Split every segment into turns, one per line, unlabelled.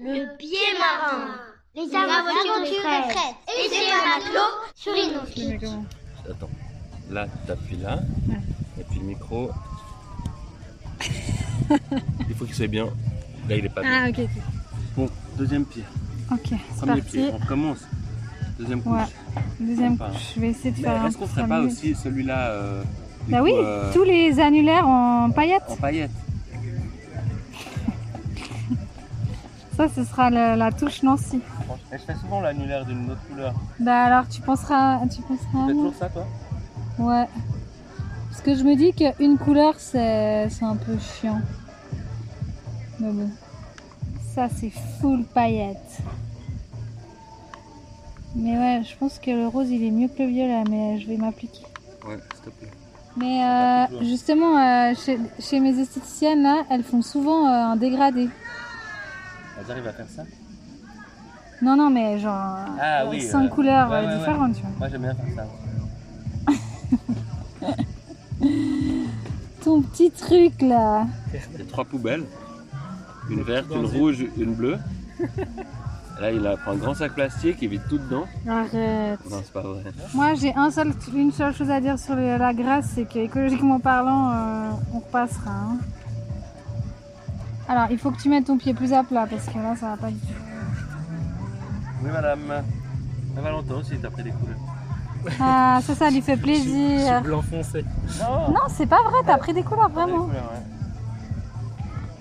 Le pied marin.
Les
Les aventures des frères. Et des matelots sur une île.
Attends. Là, t'appuies là. Et puis le micro. il faut qu'il soit bien. Là, il est pas bien.
Ah, ok, ok.
Bon, deuxième pied.
Ok, c'est
Premier
parti.
pied. On recommence. Deuxième couche.
Ouais. Deuxième
Sympa.
couche. Je vais essayer de
Mais
faire un
Est-ce qu'on
petit
ferait pas
triangle.
aussi celui-là euh, du
Bah
coup,
oui,
euh,
tous les annulaires en paillettes.
en paillettes
Ça, ce sera le- la touche Nancy.
Franchement, Je fais souvent l'annulaire d'une autre couleur.
Bah alors, tu penseras, tu penseras à
Tu
moi.
fais toujours ça, toi
Ouais. Parce que je me dis qu'une couleur, c'est c'est un peu chiant. Mais bon. Ça, c'est full paillettes. Mais ouais, je pense que le rose, il est mieux que le violet, mais je vais m'appliquer.
Ouais, s'il te plaît.
Mais
Ah,
euh,
toujours.
justement, euh, chez, chez mes esthéticiennes, là, elles font souvent euh, un dégradé.
Elles arrivent à faire ça
Non, non, mais genre
Ah
euh,
oui,
cinq
euh,
couleurs
ouais,
euh,
ouais, ouais.
différentes, tu vois.
Moi, j'aime bien faire ça.
Ton petit truc là.
Il y a trois poubelles. Une verte, une rouge, une bleue. Là, il a- prend un grand sac plastique, il vide tout dedans.
Arrête.
Non, c'est pas vrai.
Moi, j'ai un seul, une seule chose à dire sur le- la Grèce, c'est qu'écologiquement parlant, euh, on repassera. hein. Alors, il faut que tu mettes ton pied plus à plat parce que là, ça va pas du tout.
Oui, madame. Ça va longtemps aussi, t'as pris des couleurs.
Ah, ça, ça lui fait
Je suis
plaisir.
blanc foncé.
Non,
Non, c'est pas vrai, t'as pris des couleurs
Oh, T'as pris des
vraiment.
couleurs, ouais.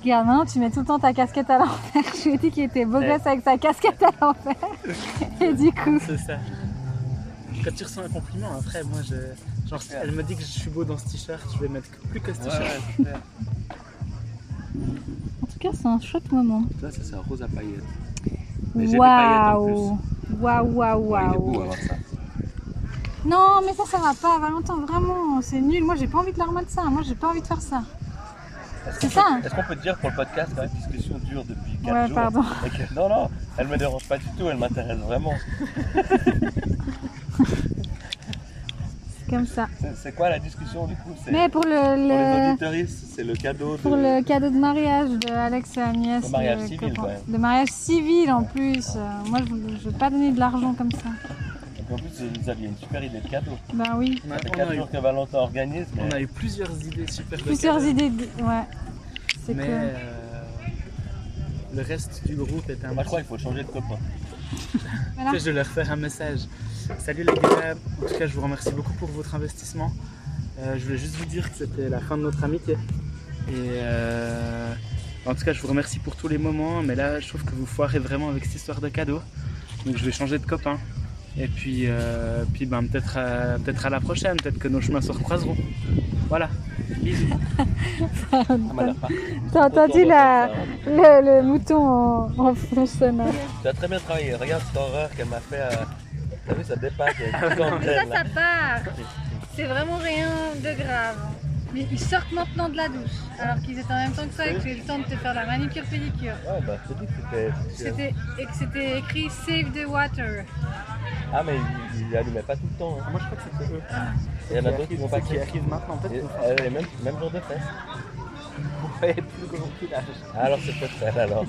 Regarde, maintenant, tu mets tout le temps ta casquette à l'envers. Je lui ai dit qu'il était beau
Eh.
Ouais.
gosse avec sa casquette à l'envers. Et du coup,
C'est ça. Quand tu reçois un compliment, après, moi, je... Genre, elle me dit que je suis beau dans ce t-shirt, je vais mettre plus que ce
Ouais,
t-shirt.
ouais, c'est clair.
en tout cas, c'est un chouette moment.
Là, ça, c'est un rose à paillettes. Mais j'ai des paillettes en plus.
Waouh! Waouh, waouh,
Ouais, il est
waouh!
beau avoir ça.
Non, mais ça, ça va pas, Valentin, vraiment, c'est nul. Moi, j'ai pas envie de leur remettre ça. Moi, j'ai pas envie de faire ça.
Est-ce
C'est
qu'on
ça.
peut- Est-ce qu'on peut te dire pour le podcast, quand même, discussion dure depuis 4
Ouais,
jours
pardon.
et que- Non, non, elle me dérange pas du tout, elle m'intéresse vraiment.
C'est comme ça.
C'est- C'est quoi la discussion du coup C'est
Mais pour le,
Eh. pour les
le-
auditeuristes, c'est le cadeau de...
pour le cadeau de mariage de Alex et Agnès,
Le mariage
le
civil,
copain.
quand même.
Le mariage civil en plus. Euh, moi, je, voulais- je veux pas donner de l'argent comme ça.
En plus, vous aviez une super idée de cadeau.
Ben oui.
On, a,
Ça fait
on a
4
eu,
jours que Valentin organise, mais...
on a eu plusieurs idées super de
Plusieurs
cadeaux,
idées. de- Ouais. C'est
Mais
que.
euh, le reste du groupe était un
Moi, Bah, je crois
petit
qu'il faut changer de copain.
Voilà.
peu. Je vais leur faire un message. Salut les gars, en tout cas, je vous remercie beaucoup pour votre investissement. Euh, je voulais juste vous dire que c'était la fin de notre amitié. Et euh, en tout cas, je vous remercie pour tous les moments, mais là, je trouve que vous foirez vraiment avec cette histoire de cadeau. Donc, je vais changer de copain. Et puis, euh, puis ben, peut-être à, peut à la prochaine, peut-être que nos chemins se recroiseront. Voilà, bisous. Ah,
Ça m'a l'air pas.
T'as entendu
Autant
la,
de faire
le, le mouton en, en fond sonore.
ça. Tu as très bien travaillé. Regarde cette horreur qu'elle m'a fait. euh, T'as vu, ça dépasse. il y a une petite
Mais ça,
antenne, là.
ça part. C'est vraiment rien de grave. Mais ils sortent maintenant de la douche, alors qu'ils étaient en même temps que toi et que j'ai eu le temps de te faire la manicure pédicure.
Ouais, bah, je te dis que c'était- c'était.
C'était et que c'était écrit Save the water.
Ah, mais il, il allumait pas tout le temps. hein.
Ah, Moi, je crois que c'était eux.
Il y en a d'autres qui n'ont pas
qui
crié.
arrivent maintenant.
Et-
Peut-être
Elle est même, même genre de fesses.
plus grand village.
Alors, c'est peut-être elle alors.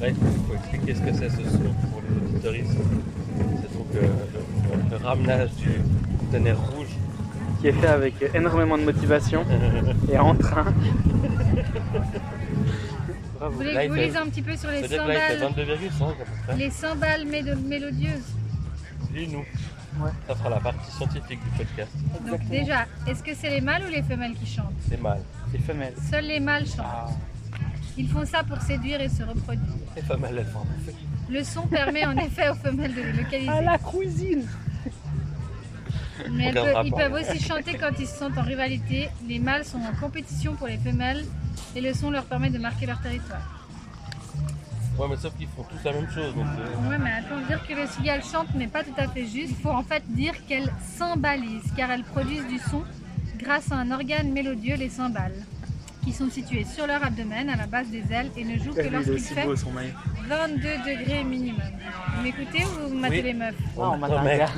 Ouais, il faut expliquer ce que c'est ce son pour les auditoristes. C'est donc euh, le, ramenage du tonnerre rouge.
Qui est fait avec énormément de motivation et en train.
Bravo. Ah,
Vous voulez que je vous lise un petit peu sur les
C'est-à-dire que là, il
cymbales
fait 22,5 à peu près.
Les cymbales mélo- mélodieuses.
Dis-nous.
Ouais.
Ça fera la partie scientifique du podcast.
Donc déjà, est-ce que c'est les mâles ou les femelles qui chantent
C'est mal.
Les femelles.
Seuls les mâles chantent.
Ah.
Ils font ça pour séduire et se reproduire.
C'est pas mal la forme.
Le son permet en effet aux femelles de les localiser.
la cuisine
Mais elles
Aucun
peuvent- ils
rapport.
peuvent aussi chanter quand ils se sentent en rivalité. Les mâles sont en compétition pour les femelles et le son leur permet de marquer leur territoire.
Ouais, mais sauf qu'ils font tous la même chose. Donc, euh,
Ouais, mais attends, dire que le cigale chante n'est pas tout à fait juste. Il faut en fait dire qu'elles cymbalisent car elles produisent du son grâce à un organe mélodieux, les cymbales.
qui sont situées sur leur abdomen, à la base des ailes, et ne jouent
Eh
que
oui, il est
lorsqu'il
aussi
fait
beau son maillot.
22 degrés minimum. Vous m'écoutez ou vous matez
Oui.
les meufs
Ah, on m'a
Non, mais-
gars.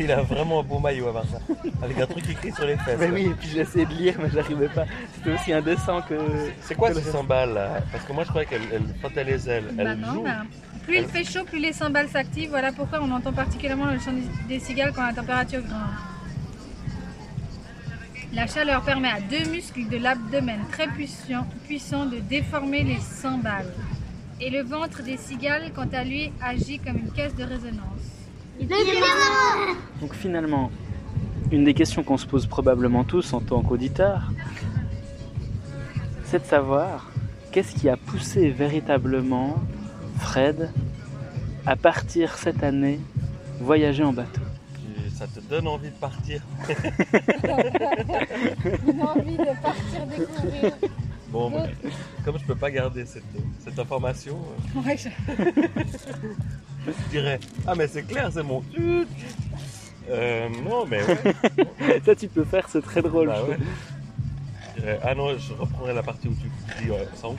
Il a vraiment un beau maillot à voir ça. Avec un truc écrit sur les fesses.
Mais oui, et puis j'ai essayé de lire, mais j'arrivais pas. C'était aussi indécent que.
C'est quoi ces cymbales là Parce que moi je croyais qu'elle, elle- quand elle les ailes,
Bah
elle
non,
joue.
bah, Plus il fait chaud, plus les cymbales s'activent. Voilà pourquoi on entend particulièrement le chant des- des cigales quand la température grimpe. La chaleur permet à deux muscles de l'abdomen très puissants puissants de déformer les cymbales. Et le ventre des cigales, quant à lui, agit comme une caisse de résonance.
Donc finalement, une des questions qu'on se pose probablement tous en tant qu'auditeurs, c'est de savoir qu'est-ce qui a poussé véritablement Fred à partir cette année voyager en bateau.
Puis Ça te donne envie de partir.
J'ai envie de partir découvrir.
Bon, mais comme je peux pas garder cette, cette information, euh,
Ouais, je-
je dirais Ah, mais c'est clair, c'est mon. tut. Euh, non, mais ouais.
Ça, tu peux faire, c'est très drôle.
Bah ouais. Je dirais, ah non, je reprendrai la partie où tu dis euh, sans.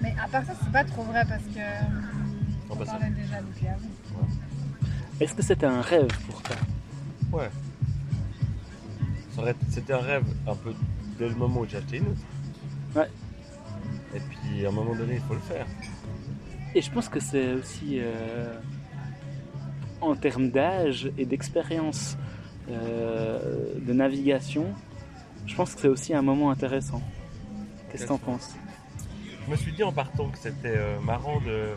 Mais à part ça, c'est pas trop vrai parce que. euh,
Ah bah ça.
parlait déjà depuis avant.
Est-ce que c'était un rêve pour toi
Ça aurait- C'était un rêve un peu dès le moment où j'ai acheté une outre.
Ouais.
Et puis à un moment donné, il faut le faire.
Et je pense que c'est aussi euh, en termes d'âge et d'expérience euh, de navigation, je pense que c'est aussi un moment intéressant. Qu'est-ce que t'en penses
Je me suis dit en partant que c'était euh, marrant de,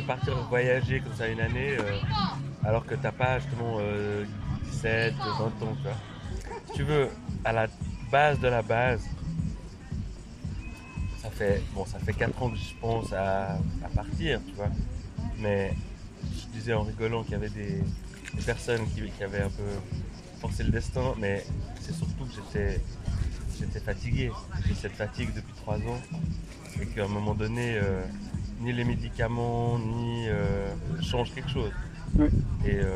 de partir voyager comme ça une année euh, alors que t'as pas justement euh, 17, 20 ans, tu vois. Si tu veux, à la base de la base, ça fait bon ça fait 4 ans que je pense à, à partir, tu vois. Mais je disais en rigolant qu'il y avait des, des personnes qui, qui avaient un peu forcé le destin, mais c'est surtout que j'étais j'étais fatigué. J'ai cette fatigue depuis 3 ans et qu'à un moment donné, euh, ni les médicaments, ni euh, changent quelque chose.
Oui.
Et euh,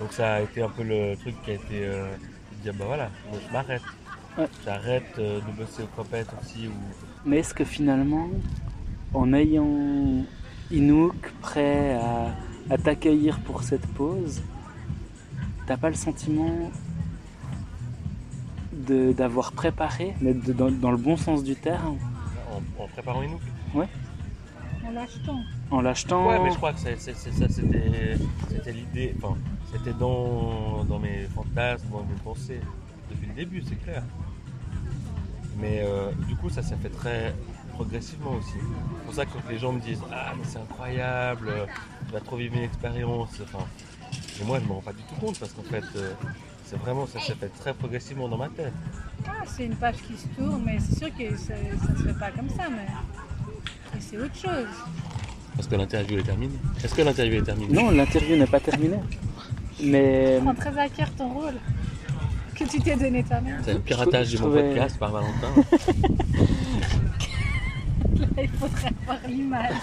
donc ça a été un peu le truc qui a été euh, de dire bah voilà, moi, je m'arrête.
Ouais.
J'arrête euh, de bosser aux croquettes aussi ou
Mais est-ce que finalement, en ayant Inouk prêt à, à t'accueillir pour cette pause, t'as pas le sentiment de- d'avoir préparé, mais de- dans- dans le bon sens du terme,
en, en préparant une ouque.
On lâche hein. ton.
en l'achetant
Ouais, mais je crois que c'est- c'est- c'est ça, c'était c'était l'idée, enfin, c'était dans, dans mes fantasmes, dans mes pensées, depuis le début, c'est clair. Mais euh, du coup, ça s'est fait très progressivement aussi. C'est pour ça que quand les gens me disent Ah, mais c'est incroyable, euh, tu vas trop vivre une expérience, enfin, et moi, je me rends pas du tout compte parce qu'en fait, euh, c'est vraiment, ça s'est fait très progressivement dans ma tête.
Ah, c'est une page qui se tourne, mais c'est sûr que ça, ça se fait pas comme ça, mais. mais c'est autre chose.
Parce que l'interview est terminée. Est-ce que l'interview est terminée
Non, l'interview n'est pas terminée. Mais
Prends très à cœur ton rôle que tu t'es donné toi-même.
C'est un piratage
piratage je
de
de
mon
mon trouvais-
podcast
podcast
par Valentin.
Il faudrait avoir l'image.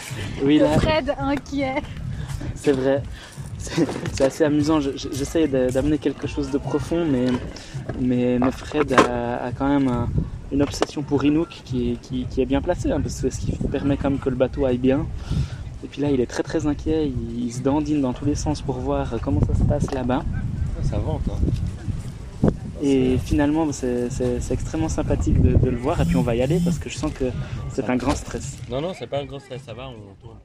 oui, là,
Fred inquiet.
c'est vrai. C'est c'est assez amusant. Je- je- J'essaie de- d'amener quelque chose de profond, mais, mais, mais Fred a, a quand même un- une obsession pour Inouk qui, est- qui- qui est bien placée, hein, parce que c'est ce qui permet quand même que le bateau aille bien. Et puis là, il est très très inquiet. Il, il se dandine dans tous les sens pour voir comment ça se passe là-bas.
Ça vente, hein.
Et finalement, c'est c'est- c'est extrêmement sympathique de, de le voir. Et puis on va y aller parce que je sens que c'est un grand stress.
Non, euh, non, c'est pas un gros stress, ça va, on tourne.